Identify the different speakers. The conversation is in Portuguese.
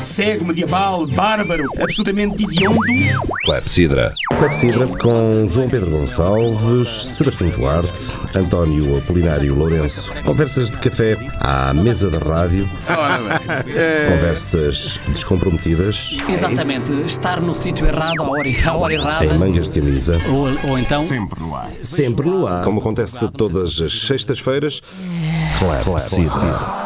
Speaker 1: cego, medieval, bárbaro, absolutamente hediondo.
Speaker 2: Clepsidra.
Speaker 3: Clepsidra com João Pedro Gonçalves, Serafim Duarte, António Apolinário Lourenço. Conversas de café à mesa da rádio. Conversas descomprometidas
Speaker 4: Exatamente, estar no sítio errado, à hora, à hora
Speaker 3: em
Speaker 4: errada,
Speaker 3: mangas de camisa.
Speaker 4: ou, ou então
Speaker 3: Sempre no ar. Como acontece todas as sextas-feiras. Clepsidra.